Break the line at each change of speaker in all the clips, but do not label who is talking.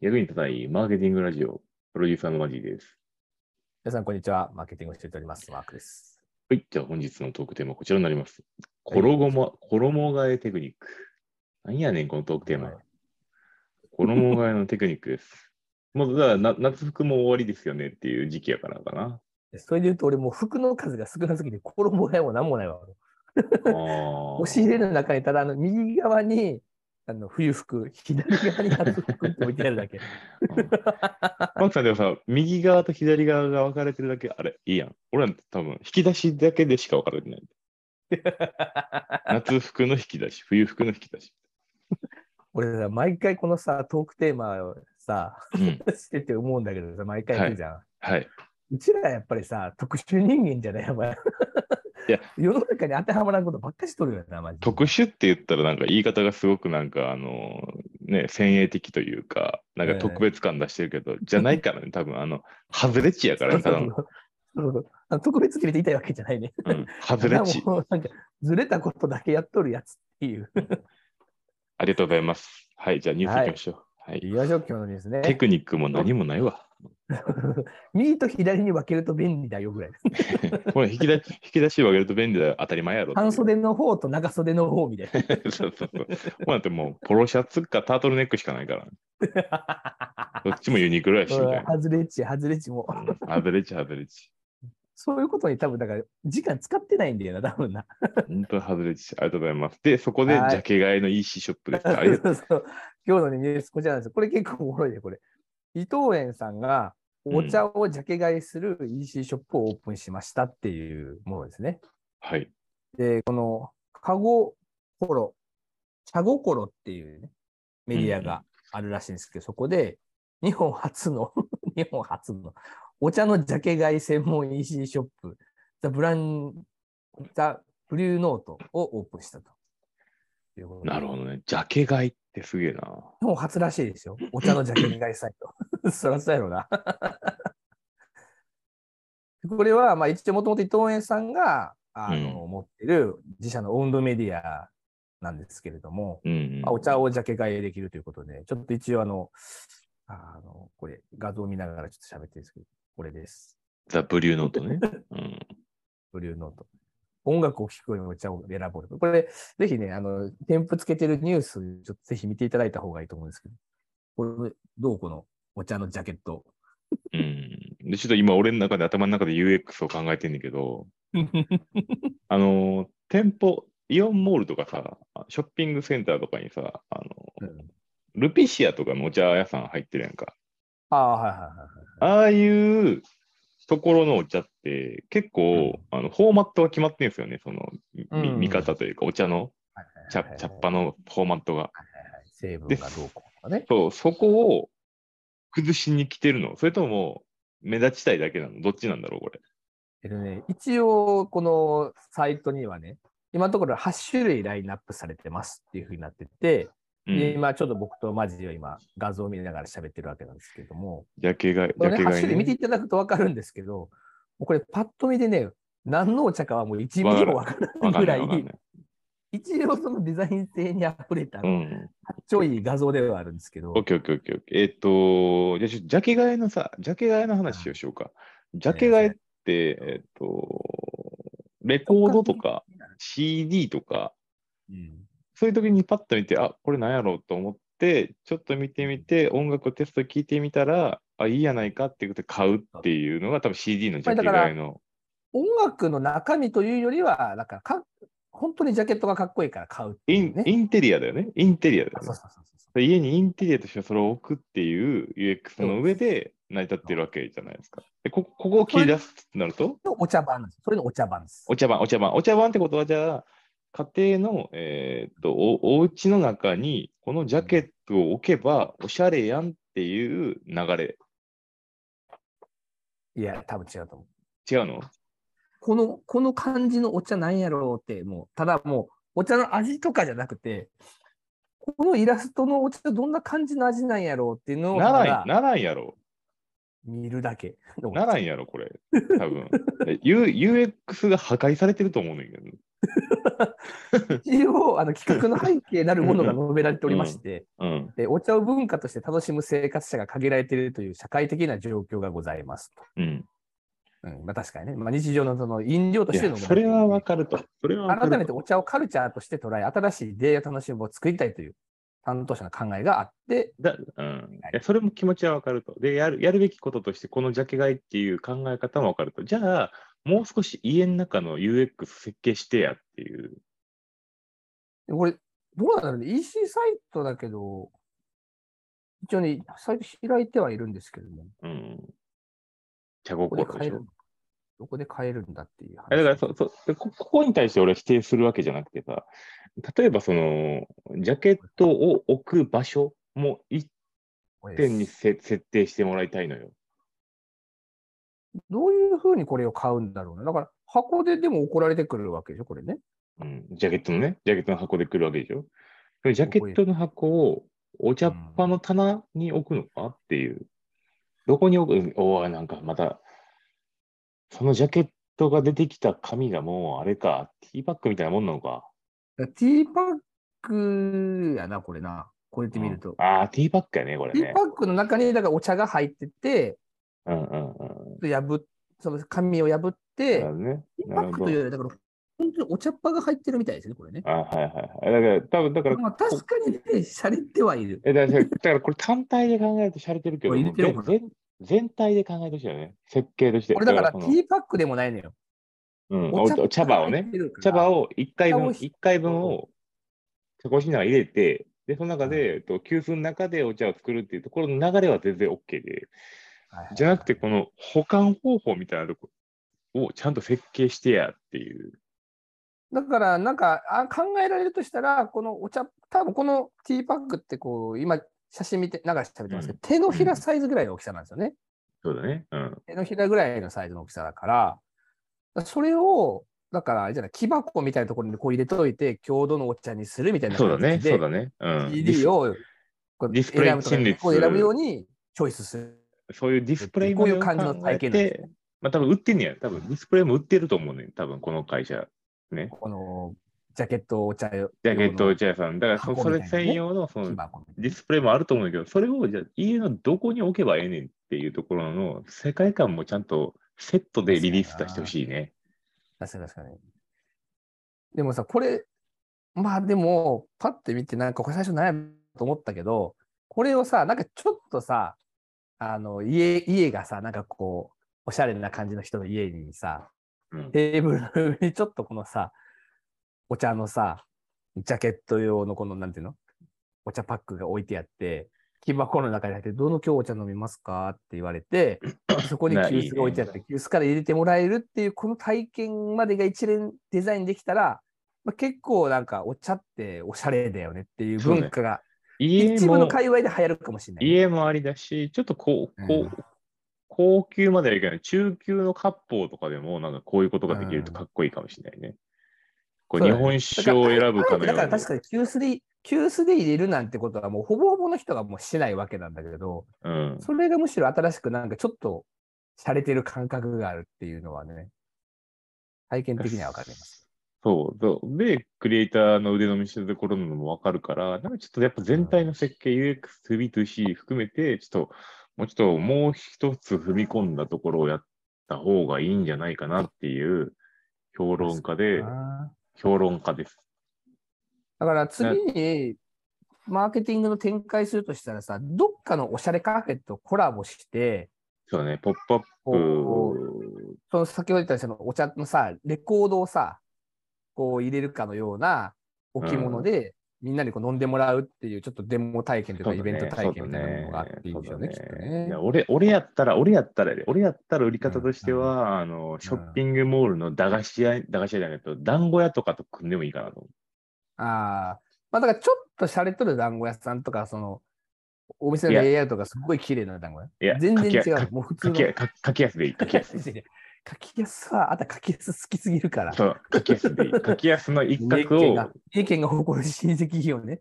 役に立たないマーケティングラジオ、プロデューサーのマジーです。
皆さん、こんにちは。マーケティングをしております。マークです。
はい。じゃあ本日のトークテーマはこちらになります。
はい
衣が、衣替えテクニック。なんやねん、このトークテーマ。衣替えのテクニックです。 まず、だからな夏服も終わりですよねっていう時期やからか な。
それで言うと、俺もう服の数が少なすぎて、衣替えも何もないわ。
あ
押し入れの中に、ただ、あの、右側に、あの、冬服、左側に夏服って置いてある だけ。
マークさんでもさ、右側と左側が分かれてるだけ、あれ、いいやん。俺ら多分、引き出しだけでしか分かれてない。夏服の引き出し、冬服の引き出し。
俺さ、毎回このさ、トークテーマをさ、
うん。
してて思うんだけどさ、毎回言うじゃん。
はい。
うちらやっぱりさ、特殊人間じゃないお前。
いや
世の中に当てはまらんことばっかしとるよな、マジで。
特殊って言ったらなんか言い方がすごくなんかあのね先鋭的というかなんか
ええ
特別感出してるけど、じゃないからね多分あの外れ値やからねただの、
そうそうあの特別決めていたいわけじゃないね。
うん、 外れ値
もうなんかずれたことだけやっとるやつっていう。
ありがとうございますはいじゃあニュースいきましょうはい、
いきましょう、今日のニュース
テ
ね。
クニックも何もないわ
右と左に分けると便利だよぐらいです。
これ引き出 し引き出し分けると便利だよ当たり前やろ
半袖の方と長袖の方みたい な。
そうそうそうもうだってもうポロシャツかタートルネックしかないから どっちもユニクロやしみたいな
ハズレッチ、ハズレッチも。
うん外れ値外れ値
そういうことに多分、だから時間使ってないんだよな、多分な。
本当に外れ値ありがとうございますでそこでジ
はい
ャケ買いの EC ショップで したありがとう
そうそう今日のねニュース、こちらなんですよ。これ結構おもろいね、これ。伊藤園さんがお茶をジャケ買いする EC ショップをオープンしましたっていうものですね。
はい
で、この、かごころ、茶ごころっていう、ね、メディアがあるらしいんですけど、そこで、日本初の、 日本初の、お茶のジャケ買い専門 EC ショップ、ザ・ブラン、ザ・ブリューノートをオープンしたと。いうことで
なるほどね。ジャケ買いってすげえな。
日本初らしいですよ。お茶のジャケ買いサイト。 そらそうやろな。これは、まあ、一応もともと伊藤園さんがあの、持ってる自社のオウンドメディアなんですけれども、
うんうん、
まあお茶をジャケ買いできるということで、ちょっと一応あの、あのこれ画像を見ながらちょっと喋ってるんですけど、これです。
ザ・ブリューノート ね。うん。
ブリューノート。音楽を聴くようにお茶を選ぼう。これ、ぜひね、あの、添付つけてるニュース、ちょっとぜひ見ていただいた方がいいと思うんですけど、これ、どうこのお茶のジャケッ ト。
うん、で、ちょっと今、俺の中で、頭の中で UX を考えてんだけど、あのー、店舗、イオンモールとかさ、ショッピングセンターとかにさ、あのルピシアとかのお茶屋さん入ってるやんか。
ああ、はいはいはいはい。
ああいうところのお茶って、結構、あのフォーマットが決まってるんですよね、その、み
うん
見方というか、お茶の茶
はいはいはい
茶っ葉のフォーマットが。
成分がどうこうとかね。
そう、そこを崩しに来てるのそれとも目立ちたいだけなのどっちなんだろうこれ。
えっとね、一応、このサイトにはね、今のところ8種類ラインナップされてますっていうふうになってて、で
うん。
今ちょっと僕とマジは今画像を見ながら喋ってるわけなんですけれども、
ジャケ買い、
これね、
ジャケ
8
買い
種
ね
類見ていただくと分かるんですけど、もうこれパッと見でね、何のお茶かはもう一ミリも分から
わ
な
か
い
んな
ぐら
い
い
わかんない。
一応そのデザイン性にあふれた、
う
かっ
ん。
ちょいい画像ではあるんですけど
オッ、ケーオッケーオッケーオッケー。えーっと、じゃあちょっとジャケ買いのさ、ジャケ買いの話をしようか。ジャケ買いって、えーっと、レコードとか CD とか、
うん
そういう時にパッと見て、あ、これなんやろうと思って、ちょっと見てみて、音楽をテスト聞いてみたら、あ、いいやないかっていうことで買うっていうのが、多分 CD のジャケ買いの。
音楽の中身というよりは、なんかか本当にジャケットがかっこいいから買うって
イ
いう
ン
ね。
インテリアだよね。インテリアだ
あ
よ
そう
ね
そうそうそう。
で家にインテリアとしてそれを置くっていう UX の上で成り立ってるわけじゃないですか。でこここを切り出すってなると、
のお茶番なんです。それのお茶番です。
お茶碗、お茶碗。お茶碗ってことは、じゃあ、家庭の、えーっとお、お家の中に、このジャケットを置けば、おしゃれやんっていう流れ。
いや、多分違うと思う。
違うの
この、この感じのお茶なんやろうって、もう、ただもう、お茶の味とかじゃなくて、このイラストのお茶どんな感じの味なんやろうっていうのを
な
た
ら
だ
ん、ならんやろ。
見るだけ。
ならんやろ、これ。多分。で U- UX が破壊されてると思うねんだけど。
一応あの企画の背景なるものが述べられておりまして、
うん。
でお茶を文化として楽しむ生活者が限られているという社会的な状況がございますと。
うん。
うんまあ、確かにね、まあ、日常のその飲料と
い
しての
や、それはわかると。それはわかる
改めてお茶をカルチャーとして捉え、新しい出会いや楽しみを作りたいという担当者の考えがあって、
だ、うん、いやそれも気持ちはわかると。で、やる、やるべきこととして、このジャケ買いっていう考え方もわかると。じゃあ、もう少し家の中の UX 設計してやっていう。
でこれ、どうなんだろうね、EC サイトだけど、一応ね、サイト開いてはいるんですけども、
うん。茶
どこで
心で
買
し
える
ょ。
どこで買えるんだっていう話。
いやだからそうそうでこ、ここに対して俺は否定するわけじゃなくてさ、例えばその、ジャケットを置く場所も一
これです
点にせ設定してもらいたいのよ。
どういうふうにこれを買うんだろうな。だから、箱ででも怒られてくるわけでしょ、これね。
うん、ジャケットのね、ジャケットの箱で来るわけでしょ。でもジャケットの箱をお茶っ葉の棚に置くのかっていう。どこに置くうんおーなんかまた、そのジャケットが出てきた紙がもうあれか、ティーバッグみたいなもんなのか。
だからティーパックやな、これな。こうやって見ると。
うんああ、ティーバッグやね、これ
ティー
ね
パ。ックの中に、だからお茶が入ってて、
うんうんうん。
破っその紙を破っ
な
て
るほ、どね。
ティー
な
パ
る
ック
ほ
という
ど。
より、だから、本当にお茶っ葉が入ってるみたいですね、これね。
あはいはいはい。だから、多分だから、
まあ、確かにね、しゃれてはいる。
えだからだからこれ単体で考えるとしゃれてるけど、
これ入れてよ
もう全全体で考えてほしいよね。設計として。
これだから、テ
その
ィーパックでもないのよ。
うん、お茶茶葉をね、茶葉
を。
を1回
茶
分、
をひ
一回分を茶こしながら入れて、で、その中で、えっと、急須の中でお茶を作るっていうところの流れは全然 OK で、じゃなくて、この保管方法みたいなとこをちゃんと設計してやっていう。
だから、なんかあ考えられるとしたら、このお茶、多分このティーパックって、こう、今、写真見て、流して食べてますけど、手のひらサイズぐらいの大きさなんですよね。
そうだね。うん。
手のひらぐらいのサイズの大きさだから、それを、だから、あれじゃない、木箱みたいなところにこう入れといて、郷土のお茶にするみたいな
そうだ
感じで、
ね。そうだね。うん。ディ
CD
ス
をこう
ディスプレイ
選ぶとか
陳列
こう選ぶようにチョイスする。
そういうディスプレイ
こうい
も
う感じの体験なんですね。
まあ多分売ってんねや。多分ディスプレイも売ってると思うね。多分この会社。ね。
このジャケットお茶用
ジャケットお茶屋さん。だからそそ
箱み
れ
たいなね
専用のその
木箱みたい
ディスプレイもあると思うんだけど、それをじゃあ家のどこに置けばええねんっていうところの世界観もちゃんとセットでリリース出してほしいね。
な確かに確かに。でもさ、これ、まあでも、パッて見て、なんかこれ最初悩むと思ったけど、これをさ、なんかちょっとさ、あの家家がさ、なんかこう、おしゃれな感じの人の家にさ、
うん
テーブルの上にちょっとこのさ、お茶のさ、ジャケット用のこの、なんていうのお茶パックが置いてあって、木箱の中に入って、どの今日お茶飲みますかって言われて、そこに急
ないいね
須が置いてあって、急須から入れてもらえるっていう、この体験までが一連デザインできたら、まあ、結構なんかお茶っておしゃれだよねっていう
そうね
文化が、
家
一部の
も
界隈で流行るかもしれないね。
家もありだし、ちょっとこう、こ
う
う高級まではいかない、中級の割烹とかでも、なんかこういうことができるとかっこいいかもしれないね。こう
そう
日
だね
本酒を選ぶかのように。
だから確かに急須で、急須で入れるなんてことはもうほぼほぼの人がもうしないわけなんだけど、
うん、
それがむしろ新しくなんかちょっと洒落てる感覚があるっていうのはね、体験的にはわかります。
そうそう。で、クリエイターの腕の見せ所なのもわかるから、なんかちょっとやっぱ全体の設計、UX、2B2C 含めて、ちょっと、もうちょっともう一つ踏み込んだところをやった方がいいんじゃないかなっていう評論家で、
あ
評論家です。
ーだから次に、マーケティングの展開するとしたらさ、どっかのおしゃれカーペットとコラボして、
そうだね、ポップアッ
こう
プ、
その先ほど言ったそのお茶のさ、レコードをさ、こう入れるかのような置物で、みんなにこう飲んでもらうっていう、ちょっとデモ体験というか、イベント体験みたいなものがあっていいんですよね、き
そ
っ
う
と
だ
ね
いや。俺、俺やったら、俺やったらやで、俺やったら売り方としては、あの、ショッピングモールの駄菓子屋、駄菓子屋じゃないと、団子屋とかと組んでもいいかなと思う。
ああ、まあだからちょっと洒落とる団子屋さんとか、その、お店のレイアウトがすごい綺麗な団子屋。
いや、
全然
かき
違
や
う。もう普通
か
の。
きやかかきやすでいい、かきやす。
かきやすは、あんたかきやす好きすぎる から。
そう、かきやすで いい。かきやすの一
三重
角
県が
を、、
三重県が誇る親戚企業ね。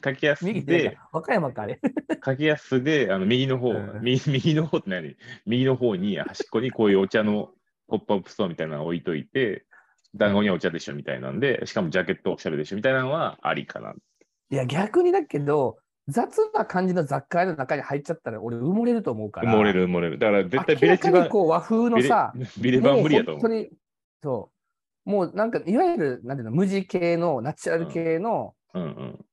かきやす
三重県ってなん
で、
か和歌山かあれ。
かきやすで、あの右の方、
うん
右右の方って何右の方に、端っこにこういうお茶のポップアップストアみたいなのを置いといて、団子にはお茶でしょみたいなんで、しかもジャケットおしゃれでしょみたいなのはありかな。
いや、逆にだけど、雑な感じの雑貨屋の中に入っちゃったら、俺埋もれると思うから。
埋もれる埋もれる。だから絶対ビレ
明
ッ
ら
ジ
か
版
に、こう和風の
ビレ
さ、
ビレ版無理やと
もう
思
本
う。
当に、そう。もうなんか、いわゆる、なんていうの、無地系の、ナチュラル系の
うんうん。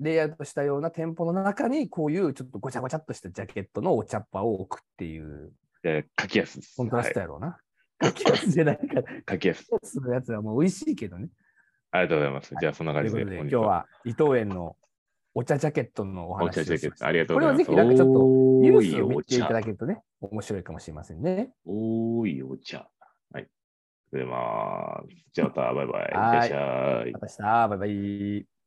レイアウトしたような店舗の中に、こういうちょっとごちゃごちゃっとしたジャケットのお茶っ葉を置くっていう、
で、書きやすいです。
コントラスト
は
やろう な。書きやすじゃないから、書き
い書きやすい。
やすのやつはもう美味しいけどね。
ありがとうございます。じゃあ、そんな
と
感
いう
じ
こ
で。
とで、
本
今日は伊藤園のお茶ジャケットのお
お
話
茶
をし
ジャ
ま
ケ
し
ット。
た。
ありがとう
こ
ご
れ
ざいます。
はぜひなんかちょっとニュースを見
お
ていただ
茶。
けるとね、面白いかもしれませんね。
おいお茶。はい。おはようございます。じゃあ、また、バイバイ。い
は
ら
ーい
っしゃい
ま。た明日、バイバイ。